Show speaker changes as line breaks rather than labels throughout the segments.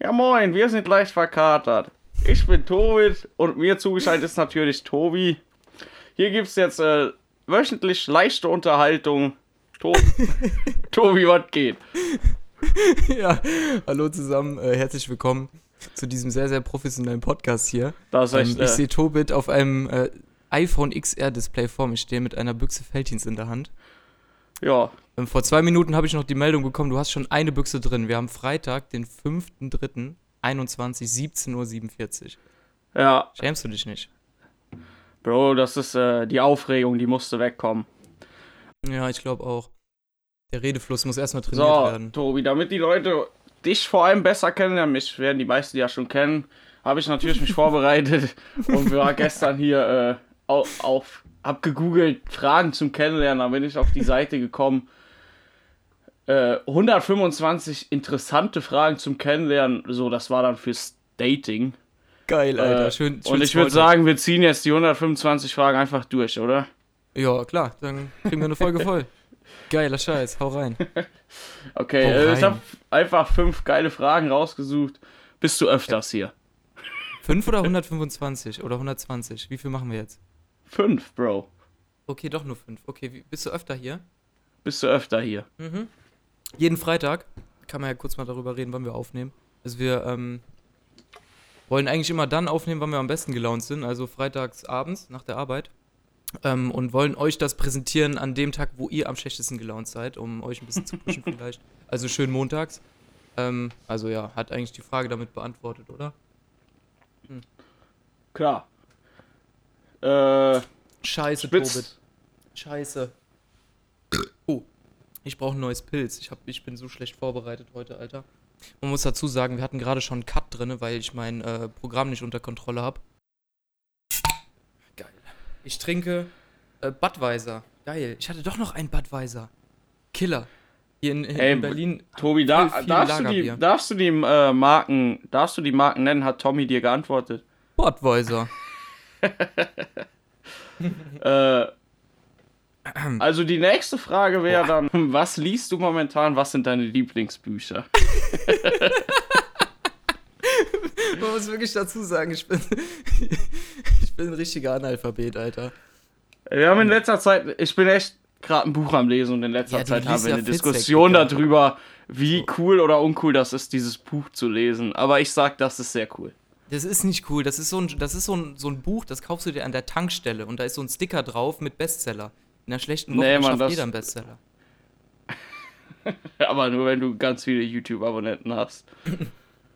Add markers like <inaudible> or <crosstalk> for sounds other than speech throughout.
Ja moin, wir sind leicht verkatert. Ich bin Tobit und mir zugeschaltet ist natürlich Tobi. Hier gibt es jetzt äh, wöchentlich leichte Unterhaltung. To Tobi, was geht?
Ja, hallo zusammen, äh, herzlich willkommen zu diesem sehr, sehr professionellen Podcast hier.
Das ist
Ähm,
echt,
ich
äh,
sehe Tobit auf einem äh, iPhone XR-Display vor mir stehen mit einer Büchse Feltins in der Hand.
ja,
Ähm, vor zwei Minuten habe ich noch die Meldung bekommen, du hast schon eine Büchse drin. Wir haben Freitag, den 5.3., 21, 17.47 Uhr.
ja,
Schämst du dich nicht?
Bro, das ist äh, die Aufregung, die musste wegkommen.
Ja, ich glaube auch. Der Redefluss muss erstmal trainiert
So,
werden.
Tobi, damit die Leute dich vor allem besser kennenlernen, mich werden die meisten ja schon kennen, habe ich natürlich
<laughs>
mich vorbereitet und war gestern hier äh, auf, auf hab gegoogelt Fragen zum Kennenlernen, dann bin ich auf die Seite gekommen. Äh, 125 interessante Fragen zum Kennenlernen, so das war dann fürs Dating.
Geil, Alter.
Äh,
Schön, schön
und ich würde
Smalltalk.
sagen, wir ziehen jetzt die 125 Fragen einfach durch, oder?
Ja, klar, dann kriegen wir eine
<laughs>
Folge voll. Geiler Scheiß, hau rein.
Okay,
Hau
äh, ich
Oh, rein.
habe einfach fünf geile Fragen rausgesucht. Bist du öfters hier?
5 oder 125 oder 120? Wie viel machen wir jetzt?
Fünf, Bro.
Okay, doch nur 5. Okay, wie, bist du öfter hier?
Bist du öfter hier?
Jeden Freitag. Kann man ja kurz mal darüber reden, wann wir aufnehmen. Also wir ähm, wollen eigentlich immer dann aufnehmen, wann wir am besten gelaunt sind. Also freitags abends nach der Arbeit. Ähm, und wollen euch das präsentieren an dem Tag, wo ihr am schlechtesten gelaunt seid, um euch ein bisschen zu <laughs> pushen vielleicht. Also schön montags. Ähm, also ja, hat eigentlich die Frage damit beantwortet, oder?
Klar. Äh,
Scheiße, Tobit.
Spitz.
Scheiße. Oh, ich brauche ein neues Pilz. Ich, hab, ich bin so schlecht vorbereitet heute, Alter. Man muss dazu sagen, wir hatten gerade schon einen Cut drin, weil ich mein äh, Programm nicht unter Kontrolle habe. Geil. Ich trinke äh, Budweiser. Geil. Ich hatte doch noch einen Budweiser. Killer. Hier in, in,
Ey,
in Berlin.
Tobi, da,
Viel, viel
darfst, du die,
Lagerbier.
darfst du die äh, Marken, darfst du die Marken nennen, hat Tommy dir geantwortet.
Budweiser. <laughs> <clears throat>
Äh, also die nächste Frage wäre dann, <laughs> was liest du momentan, was sind deine Lieblingsbücher?
Man muss wirklich dazu sagen, ich bin, <laughs> ich bin ein richtiger Analphabet, Alter.
Äh, Wir haben in letzter Zeit, ich bin echt gerade ein Buch am Lesen und in letzter
Ja, du
Zeit
liest
haben wir
ja
eine
Fitzek,
Diskussion
Digga.
darüber, wie cool oder uncool das ist, dieses Buch zu lesen. Aber ich sag, das ist sehr cool.
Das ist nicht cool. Das ist, so ein, das ist so, ein, so ein Buch, das kaufst du dir an der Tankstelle und da ist so ein Sticker drauf mit Bestseller. In einer schlechten
Nee,
Woche
Mann,
schafft
das-
jeder einen Bestseller.
Aber nur wenn du ganz viele YouTube-Abonnenten hast.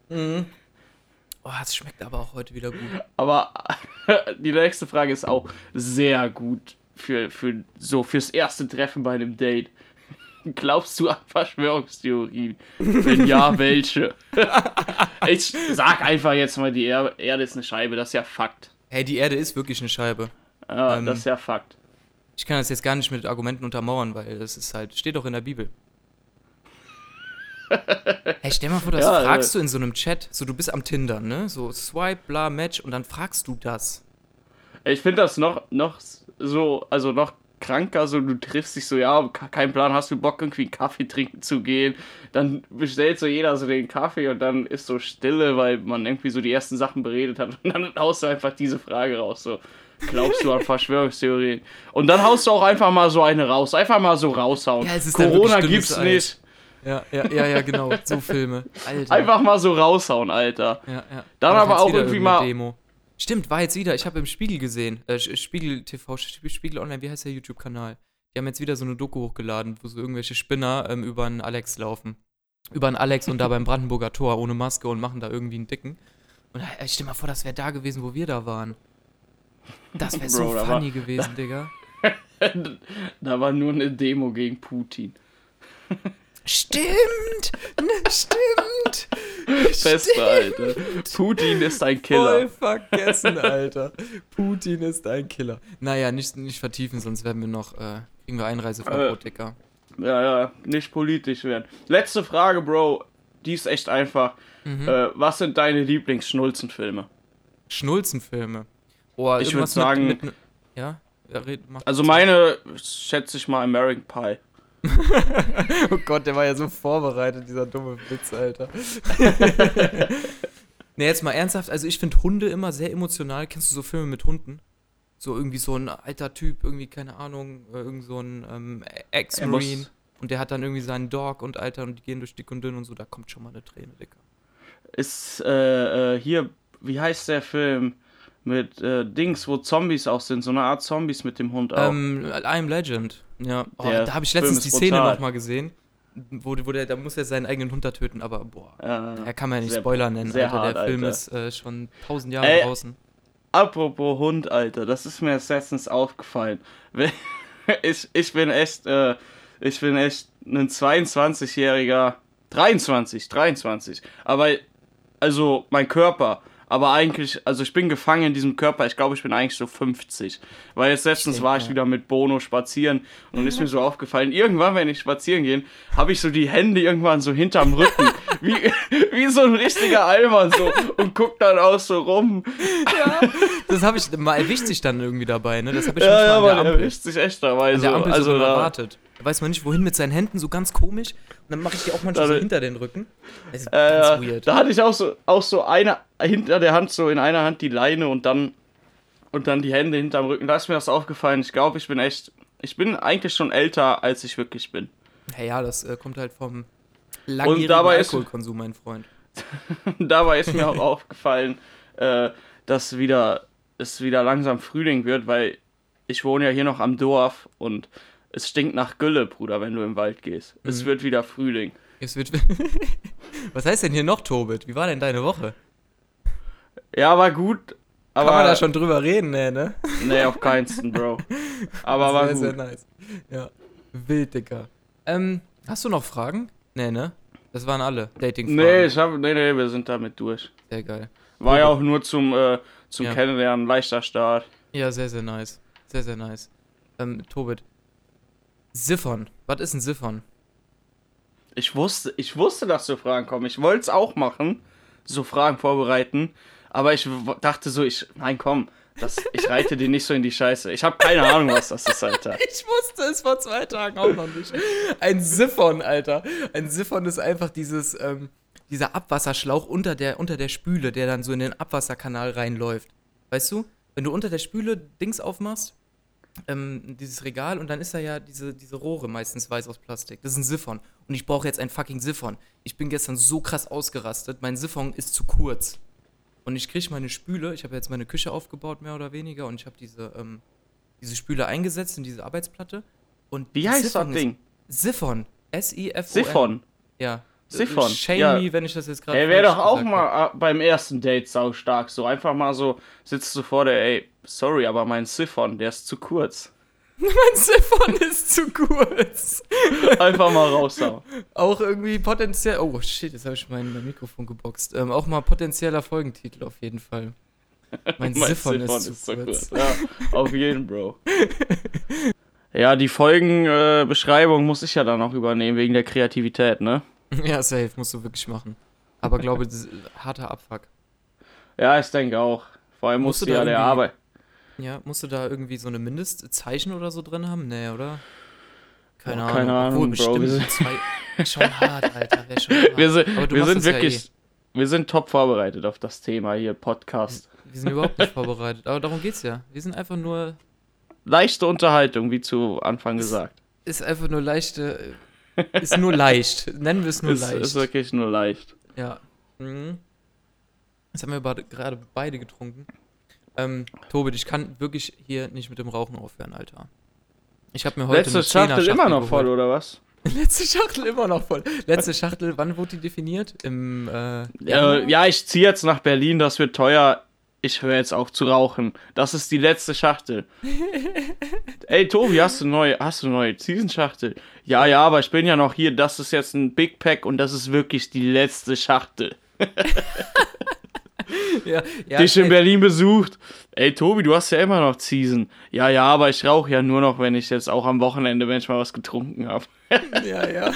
Oh, es schmeckt aber auch heute wieder gut.
Aber <laughs> die nächste Frage ist auch sehr gut für, für so fürs erste Treffen bei einem Date. <laughs> Glaubst du an Verschwörungstheorien? Wenn ja, welche? ich sag einfach jetzt mal, die Er- Erde ist eine Scheibe, das ist ja Fakt.
Hey, die Erde ist wirklich eine Scheibe.
Ja,
Ähm.
das ist ja Fakt.
Ich kann das jetzt gar nicht mit Argumenten untermauern, weil das ist halt, steht doch in
<laughs>
der Bibel. Hey, stell mal vor, das
Ja, äh.
fragst du in so einem Chat. So, du bist am Tinder, ne? So, swipe, bla, match und dann fragst du das.
Ich finde das noch, noch so, also noch kranker, so du triffst dich so, ja, ke- kein Plan, hast du Bock, irgendwie einen Kaffee trinken zu gehen? Dann bestellt so jeder so den Kaffee und dann ist so Stille, weil man irgendwie so die ersten Sachen beredet hat <laughs> und dann haust du einfach diese Frage raus, so. Glaubst
<laughs>
du an Verschwörungstheorien? Und dann haust du auch einfach mal so eine raus. Einfach mal so raushauen.
Ja, es ist dann
Corona
wirklich
gibt's
dünnes Eis.
nicht.
Ja, ja, ja, ja, genau. So Filme. Alter.
<laughs> Einfach mal so raushauen, Alter. <laughs>
Ja, ja.
Dann
War doch
aber
jetzt
auch
wieder
irgendwie
irgendeine
mal-
Demo. Stimmt, war jetzt wieder. Ich habe im Spiegel gesehen. Äh, Sch- Spiegel TV, Sch- Spiegel Online, wie heißt der YouTube-Kanal? Die haben jetzt wieder so eine Doku hochgeladen, wo so irgendwelche Spinner ähm, über einen Alex laufen. Über einen Alex und da beim Brandenburger Tor ohne Maske und machen da irgendwie einen Dicken. Und äh, stell mal vor, das wäre da gewesen, wo wir da waren. Das wäre so
Bro, da war- <laughs>
funny gewesen, Digga.
Da war nur eine Demo gegen Putin.
Stimmt! Ne, stimmt!
Beste,
<laughs>
Alter. Putin ist ein Killer.
Voll vergessen, Alter. Putin ist ein Killer. Naja, nicht, nicht vertiefen, sonst werden wir noch, äh, kriegen wir
Äh.
Einreiseverbot, Dicker.
Ja, ja, nicht politisch werden. Letzte Frage, Bro. Die ist echt einfach. Äh, was sind deine Lieblingsschnulzenfilme?
Schnulzenfilme. Oh,
Ich
irgendwas
würd sagen-
Mit, mit, ja? ja red, mach.
Also meine, schätze ich mal, American Pie.
Oh Gott, der war ja so vorbereitet, dieser dumme Witz, Alter. <laughs> Nee, jetzt mal ernsthaft, also ich finde Hunde immer sehr emotional. Kennst du so Filme mit Hunden? So irgendwie so ein alter Typ, irgendwie, keine Ahnung, äh, irgend so ein ähm,
Er
Ex-Marine.
muss-
Und der hat dann irgendwie seinen Dog und Alter und die gehen durch dick und dünn und so, da kommt schon mal eine Träne, Dicker.
Ist äh, äh, hier, wie heißt der Film mit äh, Dings, wo Zombies auch sind, so eine Art Zombies mit dem Hund auch.
Ähm, I Am Legend. Ja. Oh,
Oh. Der
da habe ich
Film
letztens
ist
die Szene
brutal.
nochmal gesehen. Wo, wo der, da muss er seinen eigenen Hund da töten, aber boah.
Äh,
Er kann man ja nicht
sehr-
Spoiler nennen,
sehr
Alter. der
hart,
Film
Alter.
ist äh, schon tausend Jahre
Ey.
draußen.
Apropos Hund, Alter, das ist mir erst letztens aufgefallen. Wenn- <laughs> Ich, ich bin echt, äh, ich bin echt ein 22-jähriger, 23, 23. Aber, also mein Körper, aber eigentlich, also ich bin gefangen in diesem Körper. Ich glaube, ich bin eigentlich so 50. Weil jetzt letztens
denk,
war ich
ja.
wieder mit Bono spazieren und ist mir so aufgefallen, irgendwann, wenn ich spazieren gehe, habe ich so die Hände irgendwann so hinterm Rücken. wie, <laughs> wie so ein richtiger Allmann so und guck dann auch so rum.
Das habe ich, mal erwischt sich dann irgendwie dabei, ne? Das habe ich
Ja, ja,
schon mal
man
an der Ampel.
erwischt sich echt dabei.
An der
so.
Ampel
also
also so
da,
erwartet. Da weiß man nicht, wohin mit seinen Händen, so ganz komisch. Und dann mache ich die auch manchmal so
Da-
hinter den Rücken. Das ist
äh,
ganz weird.
da hatte ich auch so, auch so eine hinter der Hand, so in einer Hand die Leine und dann, und dann die Hände hinterm Rücken. Da ist mir das aufgefallen. Ich glaube, ich bin echt, ich bin eigentlich schon älter, als ich wirklich bin. <laughs>
Ja, ja, das äh, kommt halt vom langjährigen
dabei ist-
Alkoholkonsum, mein Freund.
Und dabei ist
<laughs>
mir auch aufgefallen, äh, dass wieder, es wieder langsam Frühling wird, weil ich wohne ja hier noch am Dorf und es stinkt nach Gülle, Bruder, wenn du im Wald gehst.
Mhm.
Es wird wieder Frühling.
Es wird. <laughs> Was heißt denn hier noch, Tobit? Wie war denn deine Woche?
Ja, war gut. Aber
Kann man da schon drüber reden, ne? ne?
Nee, auf keinsten,
<laughs>
Bro. Aber war
sehr,
gut.
sehr nice. Ja. Wild, Dicker. Ähm, hast du noch Fragen? Nee, ne? Das waren alle. Dating-Fragen.
Nee, ich hab, nee, nee, wir sind damit durch.
Sehr geil.
War ja auch nur zum, äh, zum
Ja.
Kennenlernen, leichter Start.
Ja, sehr, sehr nice. Sehr, sehr nice. Ähm, Tobit. Siffern. Was ist ein Siffern?
Ich wusste, ich wusste, dass so Fragen kommen. Ich wollte es auch machen, so Fragen vorbereiten. Aber ich w- dachte so, ich, nein, komm, das, ich reite die nicht so in die Scheiße. Ich habe keine Ahnung, was das ist, Alter.
<laughs> Ich wusste es vor zwei Tagen auch noch nicht. Ein Siphon, Alter. Ein Siphon ist einfach dieses, ähm, dieser Abwasserschlauch unter der, unter der Spüle, der dann so in den Abwasserkanal reinläuft. Weißt du, wenn du unter der Spüle Dings aufmachst, ähm, dieses Regal und dann ist da ja diese, diese Rohre meistens weiß aus Plastik. Das ist ein Siphon. Und ich brauche jetzt ein fucking Siphon. Ich bin gestern so krass ausgerastet. Mein Siphon ist zu kurz. Und ich kriege meine Spüle, ich habe jetzt meine Küche aufgebaut, mehr oder weniger, und ich habe diese, ähm, diese Spüle eingesetzt in diese Arbeitsplatte. Und
Wie
die
heißt das
Siphon ist-
Ding?
Siphon. S-I-F-O-N.
Siphon.
Ja.
Siphon,
Shame
ja.
me, wenn ich das jetzt gerade.
Ey, wäre
falsch
doch auch
gesagt hab. <laughs>
mal äh, beim ersten Date saustark. So einfach mal so, sitzt du vor der, ey, sorry, aber mein Siphon, der ist zu kurz.
Mein Siphon ist zu
<laughs>
kurz.
Einfach mal raushauen.
Auch irgendwie potenziell. Oh shit, jetzt habe ich mein, mein Mikrofon geboxt. Ähm, auch mal potenzieller Folgentitel auf jeden Fall. Mein,
<laughs> Mein
Siphon,
Ziffern
ist, zu kurz.
Ja, auf jeden, Bro. Ja, die Folgenbeschreibung äh, Beschreibung muss ich ja dann auch übernehmen, wegen der Kreativität, ne?
<laughs> Ja, safe, musst du wirklich machen. Aber glaube, das ist ein harter Abfuck.
Ja, ich denke auch. Vor allem
Musst
musst
du
du ja
da
der
irgendwie-
Arbeit.
Ja, musst du da irgendwie so eine Mindestzeichen oder so drin haben? Nee, oder? Keine
Boah,
Ahnung.
keine
Obwohl,
Ahnung, Bro, wir
bestimmt
sind-
zwei. Schon hart,
<laughs>
Alter. Wär schon hart.
Wir sind,
Aber du
wir
machst
sind
das ja eh.
wirklich, wir sind top vorbereitet auf das Thema hier, Podcast.
eh. Wir sind überhaupt nicht vorbereitet. Aber darum geht's ja. Wir sind einfach nur.
Leichte Unterhaltung, wie zu Anfang gesagt.
Ist einfach nur leichte. Ist nur leicht. Nennen wir es
<laughs>
nur
Ist,
leicht.
ist wirklich nur leicht.
Ja. Mhm. Das haben wir bade- gerade beide getrunken. Ähm, Tobit, ich kann wirklich hier nicht mit dem Rauchen aufhören, Alter. Ich habe mir heute
Letzte
eine Zehner-Schachtel
Schachtel immer noch
geholt.
voll, oder was?
<laughs> Letzte Schachtel immer noch voll. Letzte Schachtel, wann wurde die definiert? Im äh, Januar?
Äh, ja, ich ziehe jetzt nach Berlin, das wird teuer. Ich höre jetzt auf zu rauchen. Das ist die letzte Schachtel. Ey, Tobi, hast du neue, hast du neue Season-Schachtel? Ja, ja, aber ich bin ja noch hier. Das ist jetzt ein Big Pack und das ist wirklich die letzte Schachtel.
ja, ja,
Dich in
ey,
Berlin besucht. Ey, Tobi, du hast ja immer noch Season. Ja, ja, aber ich rauche ja nur noch, wenn ich jetzt auch am Wochenende, wenn ich mal was getrunken habe.
ja, ja.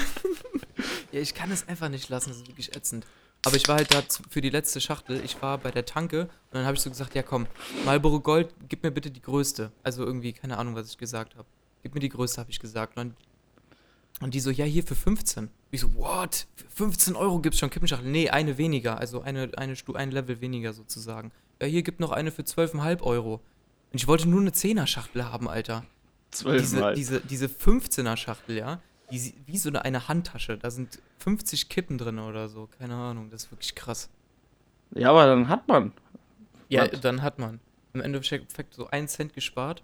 <laughs> ja, ich kann es einfach nicht lassen, das ist wirklich ätzend. Aber ich war halt da zu- für die letzte Schachtel, ich war bei der Tanke und dann habe ich so gesagt, ja komm, Marlboro Gold, gib mir bitte die größte. Also irgendwie, keine Ahnung, was ich gesagt habe. Gib mir die größte, habe ich gesagt. Und dann Und die so, ja, hier für 15. Und ich so, what? Für 15 Euro gibt's schon Kippenschachtel? Nee, eine weniger. Also eine, eine Stu ein Level weniger sozusagen. Ja, hier gibt noch eine für 12,5 Euro. Und ich wollte nur eine 10er-Schachtel haben, Alter. Diese,
Zwölfmal.
diese, diese 15er-Schachtel, ja, die sie- wie so eine, eine Handtasche. Da sind 50 Kippen drin oder so. Keine Ahnung, das ist wirklich krass.
Ja, aber dann hat man.
Ja,
Was?
dann hat man im Endeffekt so einen Cent gespart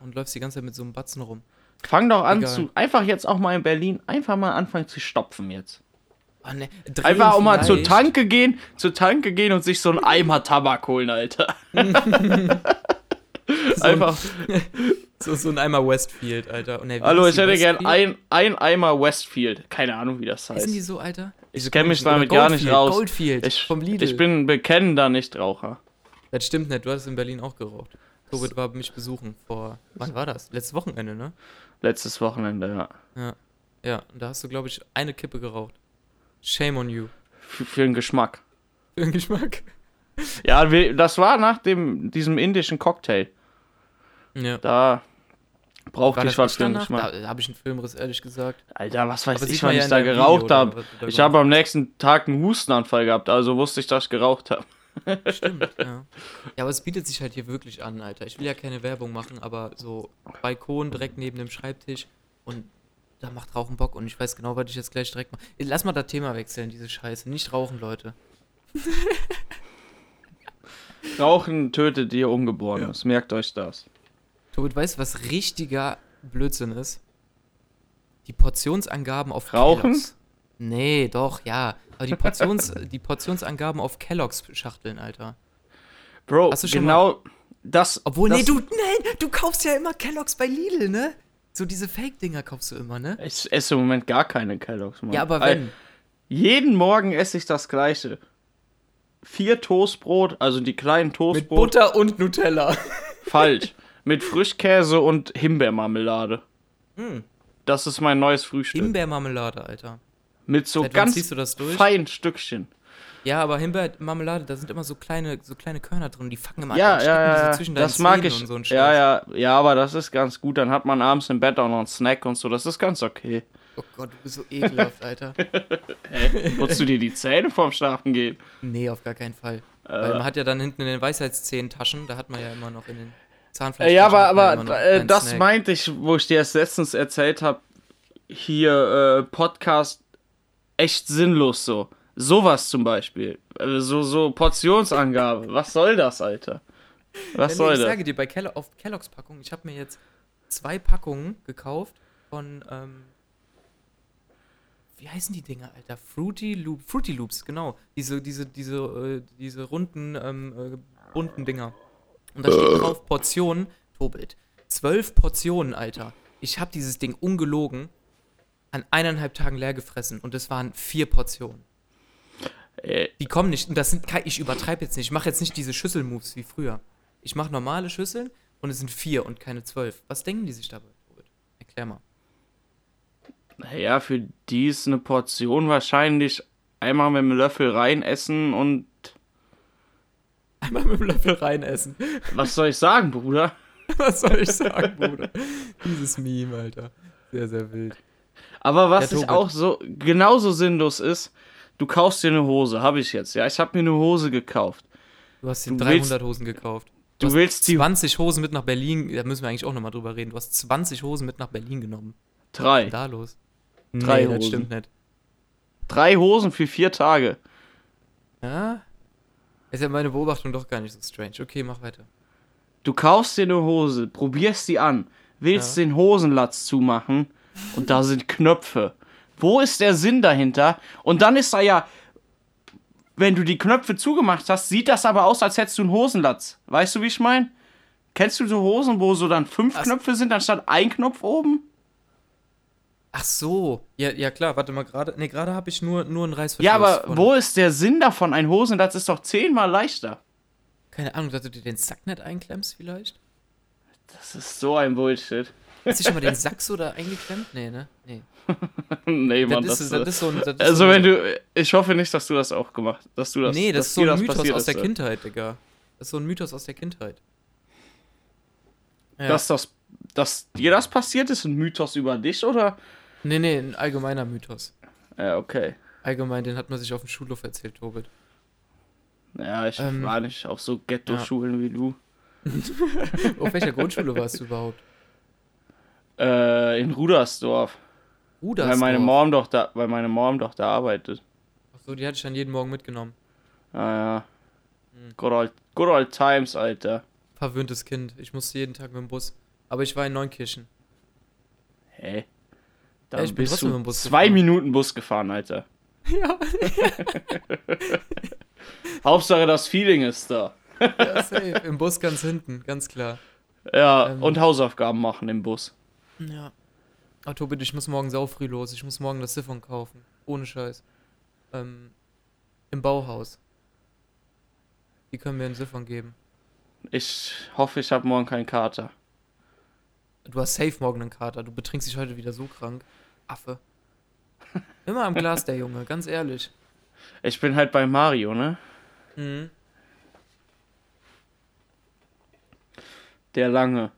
und läufst die ganze Zeit mit so einem Batzen rum.
Fang doch an
Egal.
zu. Einfach jetzt auch mal in Berlin, einfach mal anfangen zu stopfen jetzt.
Ah, ne, drehen
Einfach auch mal zur
vielleicht.
Tanke gehen, zur Tanke gehen und sich so einen Eimer Tabak holen, Alter.
So ein-
Einfach.
So, so ein Eimer Westfield, Alter. Und, ey, wie
Hallo,
hieß
ich
die
hätte gern
Westfield?
ein, ein Eimer Westfield. Keine Ahnung, wie das
Heißen die
heißt.
so, Alter?
Ich kenne mich
Oder
damit gar nicht
Goldfield,
raus.
Goldfield
ich,
vom Lidl.
ich bin ein bekennender Nichtraucher.
Das stimmt nicht, du hast in Berlin auch geraucht. Covid war mich besuchen vor, wann war das? Letztes Wochenende, ne?
Letztes Wochenende, ja.
Ja. Ja, und da hast du, glaube ich, eine Kippe geraucht. Shame on you. <laughs>
Für, für den Geschmack.
Für den Geschmack.
Ja, wir, das war nach dem, diesem indischen Cocktail.
Ja.
Da brauchte
das
ich was
nicht
für den
danach?
Geschmack.
Da, da habe ich einen Filmriss, ehrlich gesagt.
Alter, was weiß
Aber
ich,
sieht
wann
man ja
ich
in
da
deinem Video,
geraucht
oder
habe.
was du da
Ich
gemacht
habe am nächsten Tag einen Hustenanfall gehabt, also wusste ich, dass ich geraucht habe.
Stimmt, <laughs> ja. Ja, aber es bietet sich halt hier wirklich an, Alter. Ich will ja keine Werbung machen, aber so Balkon direkt neben dem Schreibtisch und da macht Rauchen Bock und ich weiß genau, was ich jetzt gleich direkt mache. Lass mal das Thema wechseln, diese Scheiße. Nicht rauchen, Leute.
Rauchen tötet ihr Ungeborenes, merkt euch das.
Tobit, weißt du, was richtiger Blödsinn ist? Die Portionsangaben auf
Rauchen?
Kellogg's. Nee, doch, ja. Aber
<laughs>
die, Portions, die Portionsangaben auf Kellogg's Schachteln, Alter.
Bro,
Hast du schon
genau das.
Obwohl,
das,
nee, du, nein, du kaufst ja immer Kellogg's bei Lidl, ne? So diese Fake-Dinger kaufst du immer, ne?
Ich esse im Moment gar keine Kelloggs, Mann.
Ja, aber
Weil
wenn.
Jeden Morgen esse ich das Gleiche. Vier Toastbrot, also die kleinen
Mit
Toastbrot.
Butter und Nutella.
Falsch. Mit Frischkäse und Himbeermarmelade. Das ist mein neues Frühstück.
Himbeermarmelade, Alter.
Mit so
Seit wann
ganz
ziehst du das durch?
feinen Stückchen.
Ja, aber Himbeermarmelade, da sind immer so kleine, so kleine Körner drin, die fangen immer
Ja,
an,
ja, ja,
so zwischen deinen
das mag
Zähnen
ich.
und so ein
ja,
Scheiß.
ja, ja, aber das ist ganz gut. Dann hat man abends im Bett auch noch einen Snack und so. Das ist ganz okay.
Oh Gott, du bist so
<laughs>
ekelhaft, Alter.
Putzt du dir die Zähne vorm Schlafen gehen?
Nee, auf gar keinen Fall.
Äh.
Weil man hat ja dann hinten in den Weisheitszähnentaschen, da hat man ja immer noch in den Zahnfleisch.
Äh, ja, aber, aber äh, das meinte ich, wo ich dir erst letztens erzählt habe, hier äh, Podcast echt sinnlos so. Sowas zum Beispiel. Äh, so, so Portionsangabe. Was soll das, Alter? Was
Was
soll
Ich
das?
sage dir, bei Kello auf Kellogg's Packung, ich habe mir jetzt zwei Packungen gekauft von, ähm, wie heißen die Dinger, Alter? Fruity, Loop, Fruity Loops, genau. Diese, diese, diese, äh, diese runden, ähm, äh, bunten Dinger. Und da steht drauf Portionen, Tobit. Zwölf Portionen, Alter. Ich habe dieses Ding ungelogen an eineinhalb Tagen leer gefressen und es waren vier Portionen.
Äh,
Die kommen nicht. Und das sind kei- ich übertreibe jetzt nicht. Ich mache jetzt nicht diese Schüsselmoves wie früher. Ich mache normale Schüsseln und es sind vier und keine zwölf. Was denken die sich dabei? Robert? Erklär mal.
naja, für die ist eine Portion wahrscheinlich einmal mit dem Löffel rein essen und
Einmal mit dem Löffel reinessen. <laughs>
was soll ich sagen, Bruder?
Was soll ich sagen, Bruder? Dieses Meme, Alter. Sehr, sehr wild.
Aber was
Ja,
ich
Tobit.
auch so genauso sinnlos ist, du kaufst dir eine Hose, habe ich jetzt. Ja, ich habe mir eine Hose gekauft.
Du hast dir
Du
300
willst-
Hosen gekauft.
Du
hast
willst die
20 Hosen mit nach Berlin. Da müssen wir eigentlich auch nochmal drüber reden. Du hast 20 Hosen mit nach Berlin genommen.
drei.
Da los.
Drei
das
Hosen.
stimmt nicht.
Drei Hosen für vier Tage.
Ja? Ist ja meine Beobachtung doch gar nicht so strange. Okay, mach weiter.
Du kaufst dir eine Hose, probierst sie an, willst den Hosenlatz zumachen und da sind Knöpfe. Wo ist der Sinn dahinter? Und dann ist da ja, wenn du die Knöpfe zugemacht hast, sieht das aber aus, als hättest du einen Hosenlatz. Weißt du, wie ich meine? Kennst du so Hosen, wo so dann fünf
Was?
Knöpfe sind, anstatt ein Knopf oben?
Ach so. Ja, ja klar, warte mal, gerade. Nee, gerade habe ich nur, nur einen Reißverschluss.
Ja, aber
von-
wo ist der Sinn davon? Ein Hosenlatz ist doch zehnmal leichter.
Keine Ahnung, dass du dir den Sack nicht einklemmst vielleicht?
Das ist so ein Bullshit. <laughs>
Hast du schon mal den Sack so da eingeklemmt? Nee, ne? Nee.
nee, Mann,
das, ist, das ist so ein. Das ist so
Also
ein
wenn du, ich hoffe nicht, dass du das auch gemacht, dass du das.
nee, das
dass
ist so
dir
ein
das
Mythos
passiert
aus der
ist,
Kindheit, Digga. Das ist so ein Mythos aus der Kindheit. Ja.
Dass das, dass dir das passiert ist, ein Mythos über dich oder
Nee, nee, ein allgemeiner Mythos.
Ja, okay.
Allgemein, den hat man sich auf dem Schulhof erzählt, Tobit.
Ja, ich
Ähm,
war nicht auf so Ghetto-Schulen wie du.
Auf welcher Grundschule warst du überhaupt?
Äh, in Rudersdorf.
Rudersdorf.
Weil meine Mom doch da, weil meine Mom doch da arbeitet.
Achso, die hatte ich dann jeden Morgen mitgenommen.
Ah ja.
Hm.
Good old, good old times, Alter.
Verwöhntes Kind. Ich musste jeden Tag mit dem Bus. Aber ich war in Neunkirchen.
Hä? Da
Ja, ich bin
bist
trotzdem
du
mit dem Bus
zwei
gefahren.
Minuten Bus gefahren, Alter.
Ja,
Hauptsache das Feeling ist da.
ja safe. Im Bus ganz hinten, ganz klar.
Ja,
Ähm.
und Hausaufgaben machen im Bus.
Ja. Ah, Tobit, ich muss morgen sau früh los. Ich muss morgen das Siphon kaufen. Ohne Scheiß. Ähm, Im Bauhaus. Die können mir ein Siphon geben.
Ich hoffe, ich habe morgen keinen Kater.
Du hast safe morgen einen Kater. Du betrinkst dich heute wieder so krank. <laughs> Affe. Immer am Glas, der Junge, ganz ehrlich.
Ich bin halt bei Mario, ne?
Mhm.
Der lange.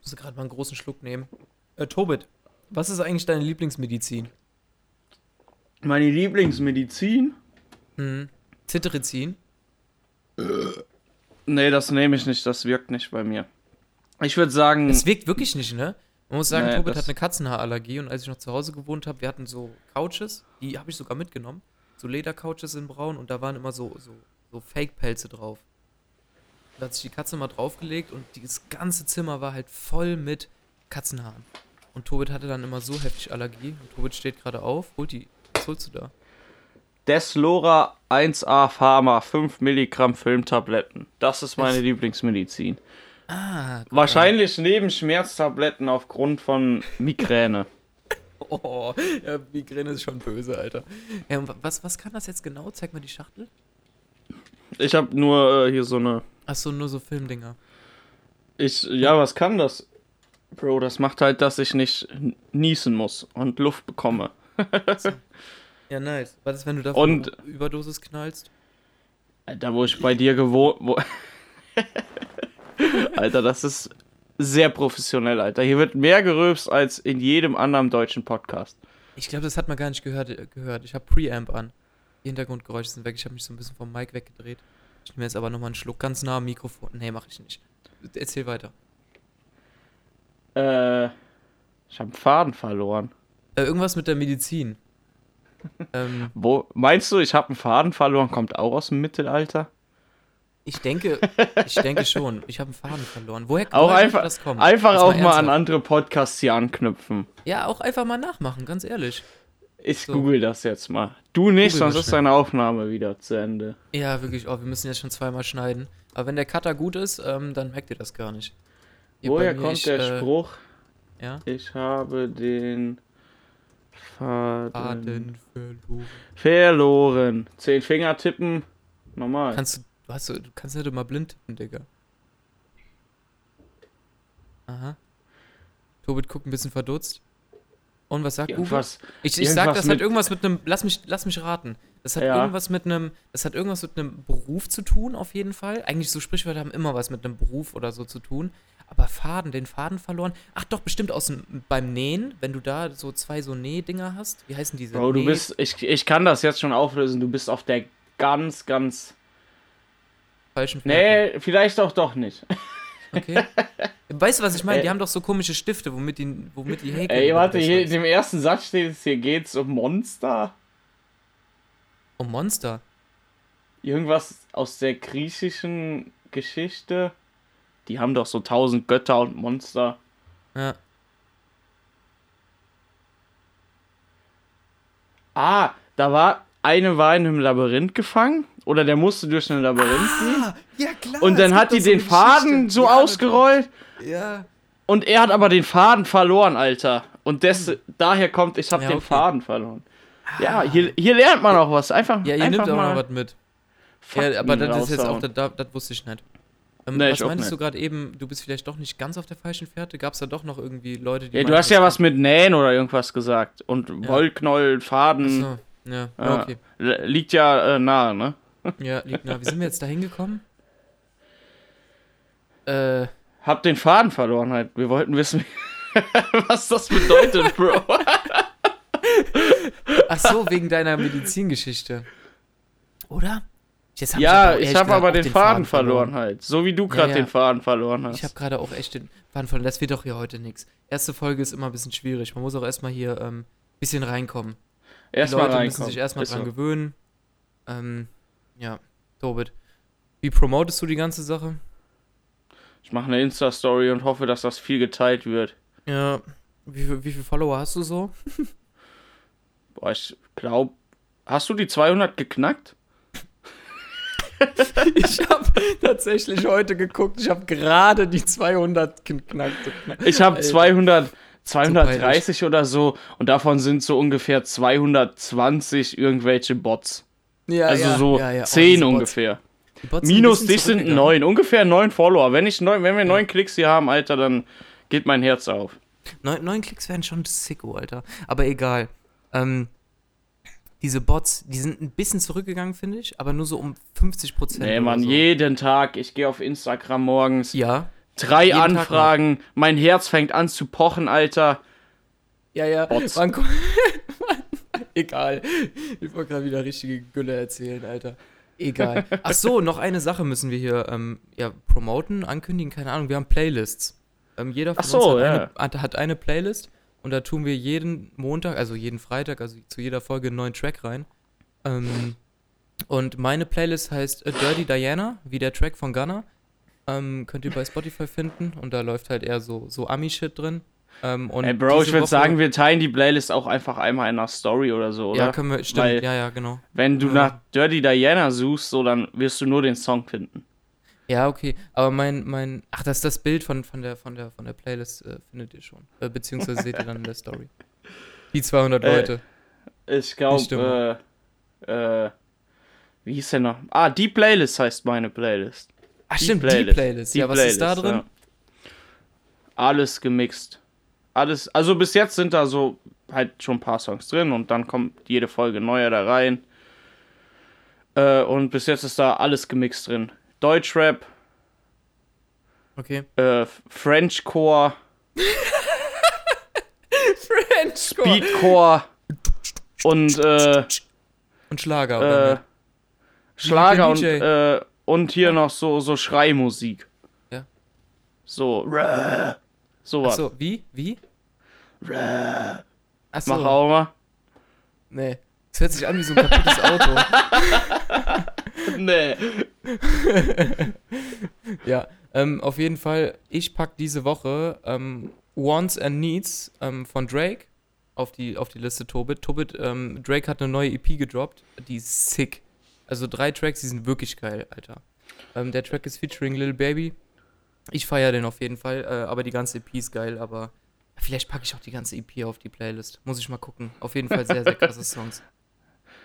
Ich muss gerade mal einen großen Schluck nehmen. Äh, Tobit, was ist eigentlich deine Lieblingsmedizin?
Meine Lieblingsmedizin?
Mhm. Zitrizin?
Nee, das nehme ich nicht. Das wirkt nicht bei mir. Ich würde sagen,
Es wirkt wirklich nicht, ne? Man muss sagen,
Hm. Nee,
Tobit
das-
hat eine Katzenhaarallergie und als ich noch zu Hause gewohnt habe, wir hatten so Couches, die habe ich sogar mitgenommen. So Ledercouches in Braun und da waren immer so, so, so Fake-Pelze drauf. Da hat sich die Katze mal draufgelegt und dieses ganze Zimmer war halt voll mit Katzenhaaren. Und Tobit hatte dann immer so heftig Allergie. Und Tobit steht gerade auf, holt die. Was holst du da? <laughs>
Deslora 1A Pharma 5 Milligramm Filmtabletten. Das ist meine
Das-
Lieblingsmedizin.
Ah, guck
Wahrscheinlich neben Schmerztabletten aufgrund von Migräne.
Oh, ja, Migräne ist schon böse, Alter. Ja, und wa- was, was kann das jetzt genau? Zeig mal die Schachtel.
Ich habe nur äh, hier so eine.
Achso, nur so Filmdinger.
Ich, ja, was kann das? Bro, das macht halt, dass ich nicht n- niesen muss und Luft bekomme.
Ja, nice. Was ist, wenn du davon
Und-
eine Überdosis knallst?
Alter, wo ich bei dir gewohnt. Wo <laughs> Alter, das ist sehr professionell, Alter. Hier wird mehr gerülpst als in jedem anderen deutschen Podcast.
Ich glaube, das hat man gar nicht gehört. äh, gehört. Ich habe Preamp an. Die Hintergrundgeräusche sind weg. Ich habe mich so ein bisschen vom Mic weggedreht. Ich nehme jetzt aber nochmal einen Schluck ganz nah am Mikrofon. Nee, mache ich nicht. Erzähl weiter.
Äh, ich habe Faden verloren.
Äh, irgendwas mit
<laughs>
der Medizin. ähm,
Wo, meinst du, ich habe einen Faden verloren? Kommt auch aus dem Mittelalter?
ich denke, ich denke schon. Ich habe einen Faden verloren. Woher,
Auch
woher
einfach,
das kommen?
einfach
Jetzt
auch mal an
ernsthaft.
andere Podcasts hier anknüpfen.
Ja, auch einfach mal nachmachen, ganz ehrlich.
Ich
So.
google das jetzt mal. Du nicht,
Google mal
sonst ist
schnell.
deine Aufnahme wieder zu Ende.
Ja, wirklich. Oh, wir müssen jetzt schon zweimal schneiden. Aber wenn der Cutter gut ist, ähm, dann merkt ihr das gar nicht. Hier bei
Woher
mir,
kommt
ich,
der
äh,
Spruch?
Ja.
Ich habe den Faden,
Faden verloren.
verloren. Zehn Finger tippen. Normal.
Kannst du, du hast, so- du kannst nicht immer blind tippen, Digga. Aha. Tobit guckt ein bisschen verdutzt. Und was sagt Uwe?
Irgendwas.
Ich, ich sag,
irgendwas
das hat
mit-
irgendwas mit einem, lass mich, lass mich raten. Das hat
Ja.
irgendwas mit einem, das hat irgendwas mit einem Beruf zu tun, auf jeden Fall. Eigentlich so Sprichwörter haben immer was mit einem Beruf oder so zu tun. Aber Faden, den Faden verloren. Ach doch, bestimmt aus dem, beim Nähen, wenn du da so zwei so Nähdinger hast. Wie heißen diese?
Bro, du
Näh-
bist. Ich, ich kann das jetzt schon auflösen. Du bist auf der ganz, ganz.
falschen Fährten.
Nee, vielleicht auch doch nicht.
Okay. Weißt du, was ich meine? Die
Äh.
haben doch so komische Stifte, womit die, womit die Häkel.
Ey, warte,
überbessern.
hier in dem ersten Satz steht es, hier geht's um Monster.
Oh, Monster.
Irgendwas aus der griechischen Geschichte. Die haben doch so tausend Götter und Monster.
Ja.
Ah, da war eine war in einem Labyrinth gefangen oder der musste durch ein
Ah,
Labyrinth gehen.
ja, klar.
und dann hat die den Faden so ausgerollt
Ja.
und er hat aber den Faden verloren, Alter. Und des, daher kommt, ich habe
Hm. Ja,
den
okay. Ah.
Faden verloren. Ja, hier, hier lernt man auch was. Einfach,
Ja, ihr
einfach
nimmt auch
mal
noch was mit.
Fakten
Ja, aber das ist jetzt auch,
raushauen.
das, das, das wusste ich nicht. Ähm,
Nee,
was
ich auch
meinst du
nicht.
gerade eben, du bist vielleicht doch nicht ganz auf der falschen Fährte? Gab es da doch noch irgendwie Leute, die.
Ja, du
meinten,
hast ja
das-
was mit Nähen oder irgendwas gesagt. Und Wollknäuel, Faden,
So, ja,
äh,
ja, okay.
li- liegt ja äh, nahe, ne?
Ja, liegt nah. Wie sind wir jetzt da hingekommen? Äh,
hab den Faden verloren halt. Wir wollten wissen, <laughs> was das bedeutet,
<laughs>
Bro.
Ach so, wegen deiner Medizingeschichte. Oder? Jetzt hab
ja,
aber
ich
ehrlich
habe
gesagt
aber
auch
den, Faden verloren halt. So wie du gerade
ja.
den Faden verloren
Ich habe
hast.
gerade auch echt den Faden verloren. Das wird doch hier heute nichts. Erste Folge ist immer ein bisschen schwierig. Man muss auch erstmal hier ein ähm, bisschen reinkommen. Die
Erstmal
Leute
reinkommen.
müssen sich erstmal
Ist
dran
so.
gewöhnen. Ähm, ja, Tobit. Wie promotest du die ganze Sache?
Ich mache eine Insta-Story und hoffe, dass das viel geteilt wird.
Ja, wie, viel- wie viele Follower hast du so?
Boah, ich glaube. Hast du die 200 geknackt?
<laughs> Ich habe tatsächlich heute geguckt. Ich habe gerade die 200 geknackt.
Ich habe
Alter.
200,
So
230 oder so und davon sind so ungefähr 220 irgendwelche Bots.
Ja,
Also
ja,
so
ja, ja. Oh,
10
diese Bots.
ungefähr.
Die Bots ein
Minus
bisschen
dich sind
zurückgegangen.
9, ungefähr 9 Follower. Wenn, ich neun, wenn wir 9 Klicks hier haben, Alter, dann geht mein Herz auf.
Neun, neun Klicks wären schon sicko, Alter. Aber egal. Ähm, diese Bots, die sind ein bisschen zurückgegangen, finde ich, aber nur so um 50 Prozent.
Nee, Mann,
so.
jeden Tag. Ich gehe auf Instagram morgens.
Ja.
Drei
Jeden Tag noch.
Anfragen. Mein Herz fängt an zu pochen, Alter.
Ja, ja.
Bots.
<laughs> Wann kommt- Egal. Ich wollte gerade wieder richtige Gülle erzählen, Alter. Egal. Ach so, noch eine Sache müssen wir hier ähm, ja, promoten, ankündigen, keine Ahnung. Wir haben Playlists. Ähm, jeder von
Ach so,
uns hat,
ja.
eine, hat, hat eine Playlist und da tun wir jeden Montag, also jeden Freitag, also zu jeder Folge einen neuen Track rein. Ähm, und meine Playlist heißt äh, Dirty Diana, wie der Track von Gunner. Ähm, könnt ihr bei Spotify finden und da läuft halt eher so, so Ami-Shit drin. Ähm, und
Ey, Bro,
diese
ich würde
Woche-
sagen, wir teilen die Playlist auch einfach einmal in einer Story oder so, oder?
ja, können wir, stimmt,
Weil-
ja, ja, genau.
Wenn du
Ja.
nach Dirty Diana suchst, so, dann wirst du nur den Song finden.
Ja, okay, aber mein, mein, ach, das ist das Bild von, von, der, von, der, von der Playlist, äh, findet ihr schon. Äh, beziehungsweise seht ihr dann in der Story. Die 200
Äh,
Leute.
Ich
Nicht dumm.
glaube, äh, äh, wie hieß der noch? Ah, die Playlist heißt meine Playlist.
ach, stimmt, die Playlist. ja, was ist da
Playlist,
drin?
ja. Alles gemixt. Alles, also bis jetzt sind da so halt schon ein paar Songs drin und dann kommt jede Folge neuer da rein. Äh, und bis jetzt ist da alles gemixt drin. Deutschrap,
Okay.
äh, Frenchcore,
Frenchcore.
Beatcore und äh,
Und Schlager, oder?
äh, Schlager und,
DJ.
äh, und hier noch so, so Schreimusik.
Ja.
So.
nicht? Ach
Sowas.
so, wie? Wie? Ach so,
Mach auch mal.
nee. Das hört sich an wie so ein kaputtes Auto.
Nee.
<laughs> Ja, ähm, auf jeden Fall, ich pack diese Woche ähm, Wants and Needs ähm, von Drake auf die, auf die Liste Tobit. Tobit, ähm, Drake hat eine neue EP gedroppt, die ist sick. Also drei Tracks, die sind wirklich geil, Alter. Ähm, der Track ist featuring Lil Baby. Ich feiere den auf jeden Fall, äh, aber die ganze EP ist geil, aber vielleicht packe ich auch die ganze EP auf die Playlist. Muss ich mal gucken. Auf jeden Fall sehr, sehr krasse Songs.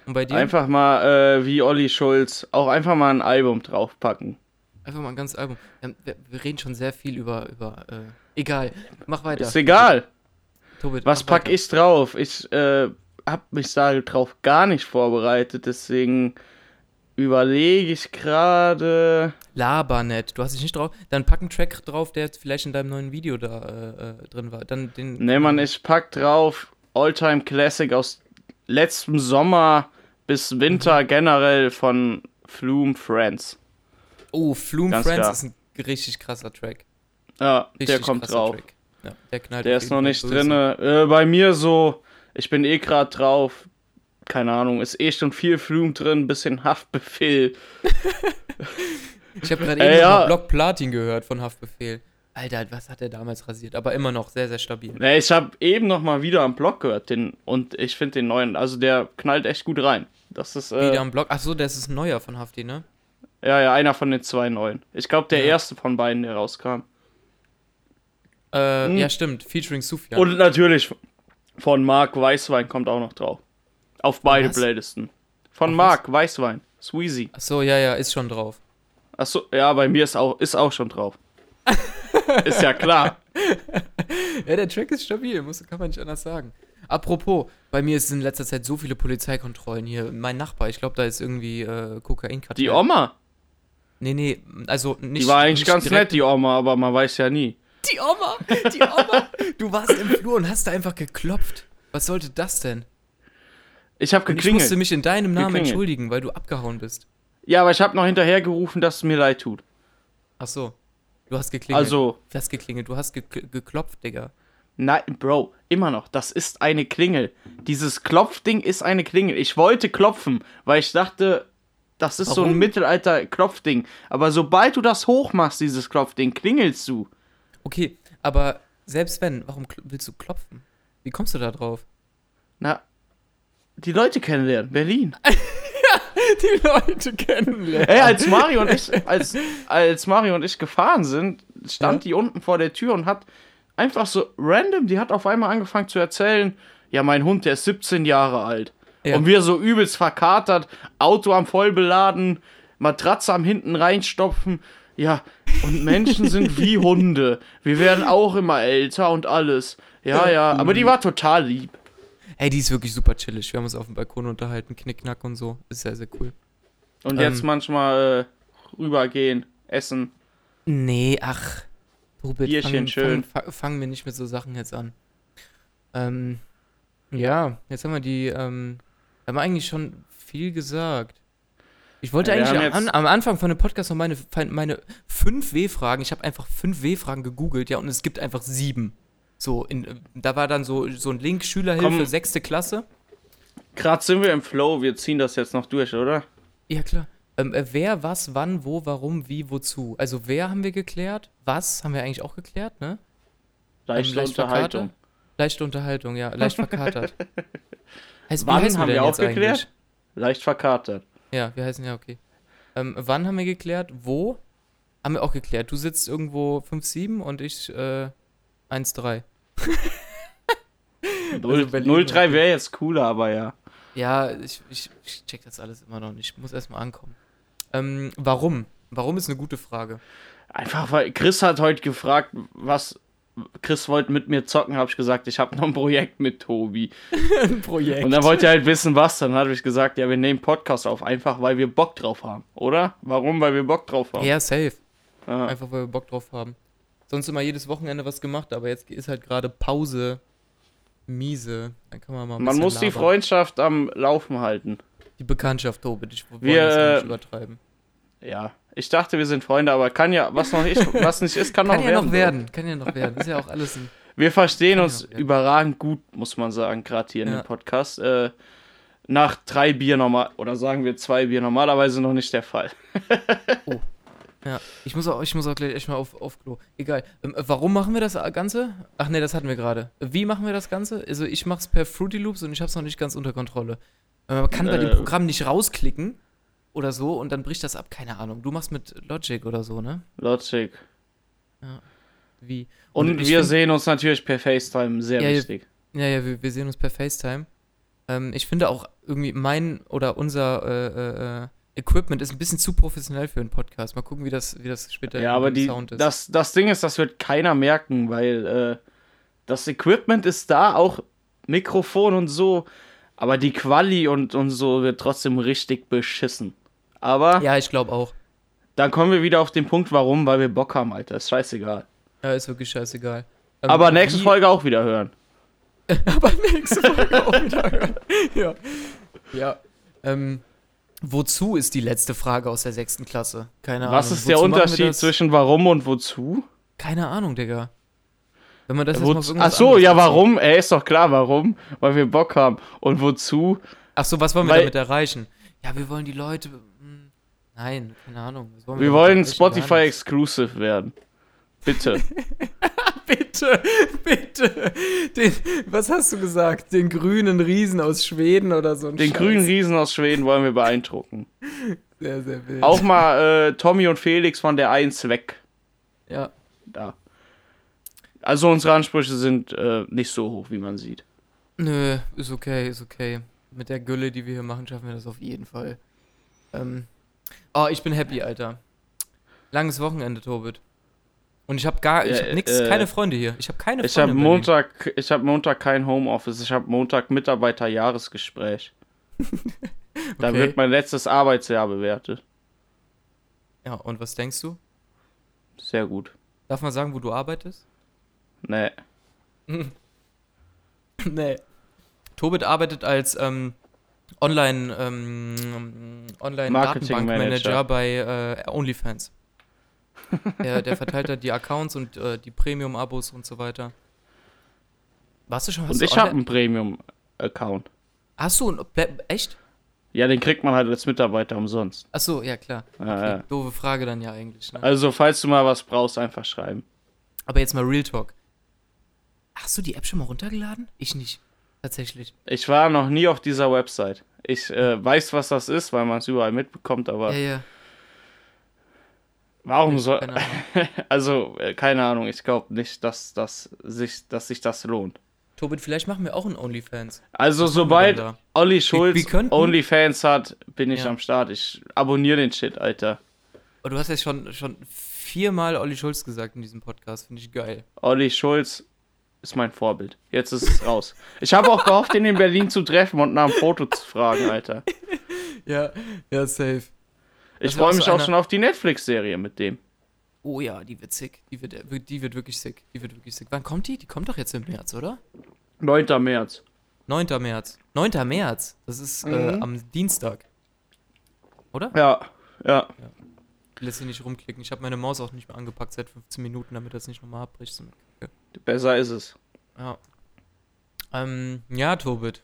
Und bei dir?
Einfach mal, äh, wie Olli Schulz, auch einfach mal ein Album draufpacken.
Einfach mal ein ganzes Album. Wir, wir, wir reden schon sehr viel über, über äh, egal, mach weiter.
Ist egal.
Tobit,
Was
mach
pack
weiter.
ich drauf? Ich äh, hab mich darauf gar nicht vorbereitet, deswegen überlege ich gerade.
Laber nicht. Du hast dich nicht drauf. Dann pack einen Track drauf, der jetzt vielleicht in deinem neuen Video da äh, äh, drin war. Dann den.
Nee, man, ich pack drauf All-Time Classic aus letztem Sommer bis
Mhm.
Winter generell von Flume Friends.
Oh, Flume
Ganz
Friends
klar.
ist ein richtig krasser Track.
Ja,
Richtig
der kommt
krasser
drauf.
Track. Ja, der knallt.
Der
auf
ist
jeden
noch
Fall
nicht
böse.
drin. Äh, bei mir so, ich bin eh gerade drauf. Keine Ahnung, ist eh schon viel Flume drin, bisschen <laughs> Haftbefehl.
Ich habe gerade
Ey,
eben
ja.
noch mal Block Platin gehört von Haftbefehl. Alter, was hat der damals rasiert? Aber immer noch sehr, sehr stabil.
Ne, ich habe eben noch mal wieder am Block gehört den, und ich finde den neuen, also der knallt echt gut rein. Das ist äh,
Wieder am Block. Achso, das ist ein neuer von Hafti, ne?
ja, ja einer von den zwei neuen. Ich glaube, der
Ja.
erste von beiden, der rauskam.
Äh, Ja, stimmt. Featuring Sufjan.
Hm. Und natürlich von Marc Weißwein kommt auch noch drauf. Auf beide
was?
Playlisten. Von
Auf
Marc Weißwein. Sweezy.
Achso, ja, ja, ist schon drauf.
Achso, ja, bei mir ist auch, ist auch schon
<laughs>
drauf. ist ja klar.
Ja, der Track ist stabil, muss, kann man nicht anders sagen. Apropos, bei mir sind in letzter Zeit so viele Polizeikontrollen hier. Mein Nachbar, ich glaube, da ist irgendwie äh, Kokain
Die Oma.
Nee, nee, also nicht.
Die war eigentlich
nicht
ganz
direkt-
nett, die Oma, aber man weiß ja nie.
Die Oma, die Oma. Du warst im Flur und hast da einfach geklopft. Was sollte das denn?
Ich habe
Und ich musste
geklingelt.
mich in deinem Namen
Geklingelt.
entschuldigen, weil du abgehauen bist.
Ja, aber ich habe noch hinterhergerufen, dass es mir leid tut.
Ach so. Du hast geklingelt.
Also-
Du hast geklingelt. Du hast gekl- geklopft, Digga.
Nein, Bro, immer noch. Das ist eine Klingel. Dieses Klopfding ist eine Klingel. Ich wollte klopfen, weil ich dachte, das ist so
Warum?
ein Mittelalter-Klopfding. Aber sobald du das hochmachst, dieses Klopfding, klingelst du.
Okay, aber selbst wenn, warum kl- willst du klopfen? Wie kommst du da drauf?
Na, die Leute kennenlernen. Berlin.
<laughs> Die Leute kennenlernen.
Ey, als Mario und ich, als, als Mario und ich gefahren sind, stand die unten vor der Tür und hat einfach so random, die hat auf einmal angefangen zu erzählen, ja, mein Hund, der ist 17 Jahre alt.
Ja.
Und wir so übelst verkatert, Auto am Vollbeladen, Matratze am hinten reinstopfen. Ja, und Menschen sind wie Hunde. Wir werden auch immer älter und alles. Ja, ja, aber die war total lieb.
Ey, die ist wirklich super chillig. Wir haben uns auf dem Balkon unterhalten, Knickknack und so. Ist sehr, sehr cool.
Und jetzt manchmal äh, rübergehen, essen.
Nee, ach. Robert,
Bierchen
fang,
schön.
Fang, fang, fang mir nicht mit so Sachen jetzt an. Ähm, ja, jetzt haben wir die, ähm, haben wir eigentlich schon viel gesagt. Ich wollte
Ja, wir
eigentlich
haben
am,
jetzt-
am Anfang von dem Podcast noch meine, meine fünf W-Fragen, ich habe einfach fünf W-Fragen gegoogelt, ja, und es gibt einfach sieben. So, in, da war dann so, so ein Link, Schülerhilfe,
Komm.
sechste Klasse.
Gerade sind wir im Flow, wir ziehen das jetzt noch durch, oder?
Ja, klar. Ähm, äh, wer, was, wann, wo, warum, wie, wozu. Also wer haben wir geklärt? Was haben wir eigentlich auch geklärt, ne?
Leichte
leicht verkatert?
Unterhaltung.
Leichte Unterhaltung, ja, leicht
<laughs>
verkatert. Heißt,
Wann
heißen
haben wir
denn
auch geklärt? Leicht verkatert.
Ja, wir heißen ja, okay. Ähm, wann haben wir geklärt? Wo? Haben wir auch geklärt. Du sitzt irgendwo 5-7 und ich äh, 1-3.
Null-
Also Berlin-
03 wäre jetzt cooler, aber ja.
Ja, ich, ich, ich check das alles immer noch nicht. Ich muss erstmal ankommen. Ähm, warum? Warum ist eine gute Frage.
Einfach weil Chris hat heute gefragt, was Chris wollte mit mir zocken, habe ich gesagt, ich habe noch ein Projekt mit Tobi.
Ein Projekt.
Und dann wollte er halt wissen, was. Dann habe ich gesagt, ja, wir nehmen Podcast auf, einfach weil wir Bock drauf haben, oder? Warum? Weil wir Bock drauf haben.
Ja, safe.
Ah.
Einfach weil wir Bock drauf haben. Sonst immer jedes Wochenende was gemacht, aber jetzt ist halt gerade Pause. Miese. Dann kann man mal ein
Man
bisschen
muss die
labern.
Freundschaft am Laufen halten.
Die Bekanntschaft, Tobi, ich wollte
Wir,
das gar nicht
äh,
übertreiben.
Ja. Ich dachte, wir sind Freunde, aber kann ja, was noch ich, was nicht ist, kann,
Kann
noch
ja
werden.
noch werden, kann ja noch werden. Ist ja auch alles ein.
Wir verstehen uns
ja, ja.
überragend gut, muss man sagen, gerade hier in
Ja.
dem Podcast. Äh, nach drei Bier normal, oder sagen wir zwei Bier normalerweise noch nicht der Fall.
Ja, ich muss auch, ich muss auch gleich echt mal auf, auf Klo. Egal. Ähm, äh, warum machen wir das Ganze? Ach nee, das hatten wir gerade. Wie machen wir das Ganze? Also ich mach's per Fruity Loops und ich hab's noch nicht ganz unter Kontrolle. Äh, Man kann bei dem
Äh.
Programm nicht rausklicken oder so und dann bricht das ab. Keine Ahnung. Du machst mit Logic oder so, ne?
Logic.
Wie?
Und,
Also ich
wir
find-
sehen uns natürlich per FaceTime, sehr
Ja, ja.
wichtig.
Ja, ja, wir, wir sehen uns per FaceTime. Ähm, ich finde auch irgendwie mein oder unser äh, äh, äh, Equipment ist ein bisschen zu professionell für einen Podcast. Mal gucken, wie das, wie das später
Ja, aber
mit dem
die, das, das Ding ist, das wird keiner merken, weil äh, das Equipment ist da, auch Mikrofon und so, aber die Quali und, und so wird trotzdem richtig beschissen. Aber
ja, ich glaube auch.
dann kommen wir wieder auf den Punkt, warum, weil wir Bock haben, Alter. Ist scheißegal.
Ja, ist wirklich scheißegal. Ähm,
Aber nächste
wie-
Folge auch wieder hören.
<laughs> aber nächste Folge auch wieder <laughs> hören. Ja. Ja. Ähm, wozu ist die letzte Frage aus der sechsten Klasse? Keine Ahnung.
Was ist der
Ah, Wozu machen wir
Unterschied
das?
zwischen warum und wozu?
Keine Ahnung, Digga. Wenn man das jetzt mal auf
wozu? Ach
irgendwas
so,
anderes
ja,
bezieht.
warum? Ey, ist doch klar, warum? Weil wir Bock haben. Und wozu?
Ach so, was wollen wir
Weil-
damit erreichen? Ja, wir wollen die Leute. hm, Nein, keine Ahnung. Was
Wir
damit
wollen
erreichen? Gar
Spotify
nichts.
exclusive werden. Bitte.
<laughs> Bitte, bitte. Den, was hast du gesagt? Den grünen Riesen aus Schweden oder so ein
Den
Scheiß.
grünen Riesen aus Schweden wollen wir beeindrucken.
Sehr, sehr wild.
Auch mal äh, Tommy und Felix von der 1 weg.
Ja.
Da. Also unsere Ansprüche sind äh, nicht so hoch, wie man sieht.
Nö, ist okay, ist okay. Mit der Gülle, die wir hier machen, schaffen wir das auf jeden Fall. Ähm. Oh, ich bin happy, Alter. Langes Wochenende, Tobit. Und ich habe gar, ich
Ja,
habe nix,
äh,
keine Freunde hier. Ich habe keine Freunde.
Ich habe
in Berlin.
Montag, ich hab Montag kein Homeoffice. Ich habe Montag
<laughs>
Mitarbeiterjahresgespräch. Da
Okay.
wird mein letztes Arbeitsjahr bewertet.
Ja, und was denkst du?
Sehr gut.
Darf man sagen, wo du arbeitest?
Nee.
nee. Tobit arbeitet als ähm, Online, ähm, Online Datenbankmanager
Marketingmanager.
bei
<laughs>
äh, OnlyFans. der, der verteilt da die Accounts und äh, die Premium-Abos und so weiter. Warst du schon?
Und
hast du ne-
ich habe
Online-
einen Premium-Account.
Hast du ein- ble- echt?
Ja, den kriegt man halt als Mitarbeiter umsonst.
Ach so, ja klar.
Ja, ja.
Doofe Frage dann ja eigentlich. Ne?
Also, falls du mal was brauchst, einfach schreiben.
Aber jetzt mal Real Talk. Hast du die App schon mal runtergeladen? Ich nicht. Tatsächlich.
Ich war noch nie auf dieser Website. Ich äh, weiß, was das ist, weil man es überall mitbekommt, aber
Ja, ja.
warum soll.
Keine Ahnung.
<laughs> Also, äh, keine Ahnung, ich glaube nicht, dass, dass, sich, dass sich das lohnt.
Tobit, vielleicht machen wir auch einen OnlyFans.
Also,
wir denn
sobald
da?
Olli Schulz
wir könnten-
OnlyFans hat, bin ich
Ja.
am Start. Ich abonniere den Shit, Alter.
Oh, du hast ja schon, schon viermal Olli Schulz gesagt in diesem Podcast. Finde ich geil.
Olli Schulz ist mein Vorbild. Jetzt ist es raus. Ich habe auch gehofft, ihn in Berlin zu treffen und nach einem Foto zu fragen, Alter.
Ja, ja, safe.
Ich
Das war
freue
auch
mich
so
auch
einer-
schon auf die Netflix-Serie mit dem.
Oh ja, die wird sick. Die wird, äh, die wird wirklich sick. Die wird wirklich sick. Wann kommt die? Die kommt doch jetzt im März, oder?
9. März.
9. März. 9. März. Das ist äh,
Mhm.
am Dienstag. Oder?
Ja, ja.
Lässt sie nicht rumklicken. Ich habe meine Maus auch nicht mehr angepackt seit 15 Minuten, damit das nicht nochmal abbricht. So eine Kacke.
Besser ist es.
Ja. Ähm, ja, Tobit.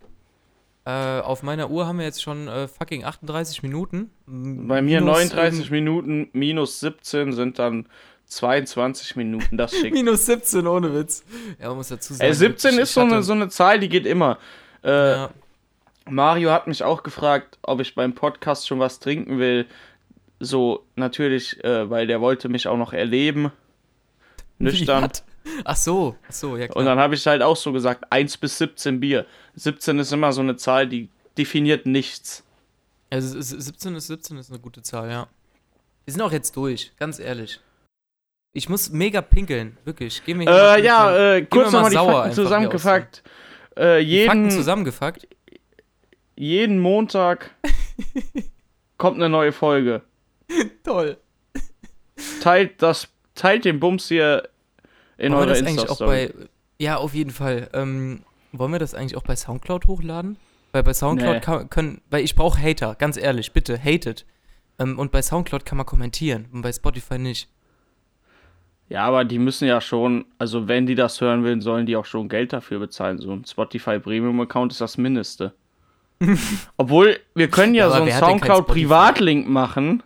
Äh, auf meiner Uhr haben wir jetzt schon äh, fucking 38 Minuten.
Bei mir 39
Minuten.
Minuten minus 17 sind dann 22 Minuten. Das
<laughs>
schickt.
Minus 17, ohne Witz. Ja, man muss dazu sagen.
Ey, 17
ich-
ist
ich
so eine,
hatte-
so eine Zahl, die geht immer. Äh,
Ja,
Mario hat mich auch gefragt, ob ich beim Podcast schon was trinken will. So, natürlich, äh, weil der wollte mich auch noch
<laughs>
erleben. Nüchtern.
Wie hat- Ach so, ach so, ja klar.
Und dann habe ich halt auch so gesagt, 1 bis 17 Bier. 17 ist immer so eine Zahl, die definiert nichts.
also, es ist- 17 ist 17 ist eine gute Zahl, ja. Wir sind auch jetzt durch, ganz ehrlich. Ich muss mega pinkeln, wirklich. Gehen wir hier mal
Äh,
pinkeln.
ja, äh, kurz
wir mal
nochmal die
sauer
Fakten
einfach hier
zusammengefragt. Äh,
Fakten
jeden,
zusammengefuckt.
jeden
<laughs>
Montag kommt eine neue Folge.
Toll.
Teilt, das, teilt den Bums hier in
Wollen wir
eurer
das eigentlich auch
Insta-Story.
bei. Ja, auf jeden Fall. Ähm, wollen wir das eigentlich auch bei Soundcloud hochladen? Weil bei Soundcloud
Nee.
kann, können. Weil ich brauche Hater, ganz ehrlich, bitte, hatet. Ähm, und bei Soundcloud kann man kommentieren und bei Spotify nicht.
Ja, aber die müssen ja schon, also wenn die das hören will, sollen die auch schon Geld dafür bezahlen. So ein Spotify Premium Account ist das
<laughs>
Mindeste. Obwohl, wir können ja,
Ja, aber
so einen
wer hat denn kein
Soundcloud
Spotify?
Privatlink machen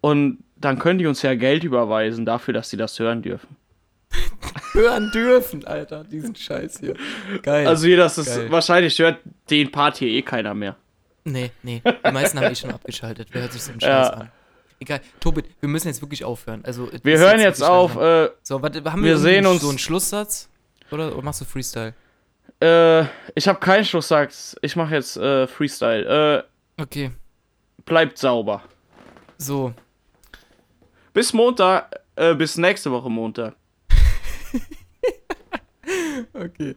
und dann können die uns ja Geld überweisen dafür, dass sie das hören dürfen.
Hören dürfen, Alter, diesen Scheiß hier. Geil.
Also hier, das ist
Geil.
wahrscheinlich hört den Part hier eh keiner mehr.
Nee, nee. Die meisten haben eh schon abgeschaltet. Wer hört sich so einen
Ja.
Scheiß an? Egal. Tobit, wir müssen jetzt wirklich aufhören. Also, es
Wir
ist
hören jetzt
wirklich
auf,
langsam.
äh,
So, warte, haben
wir
wir, irgendwie
sehen uns-
so einen Schlusssatz? Oder, oder machst du Freestyle?
äh, ich habe keinen Schluss gesagt, ich mache jetzt äh, Freestyle.
Okay,
Äh, bleibt sauber.
so.
Bis Montag, äh, bis nächste Woche Montag.
Okay.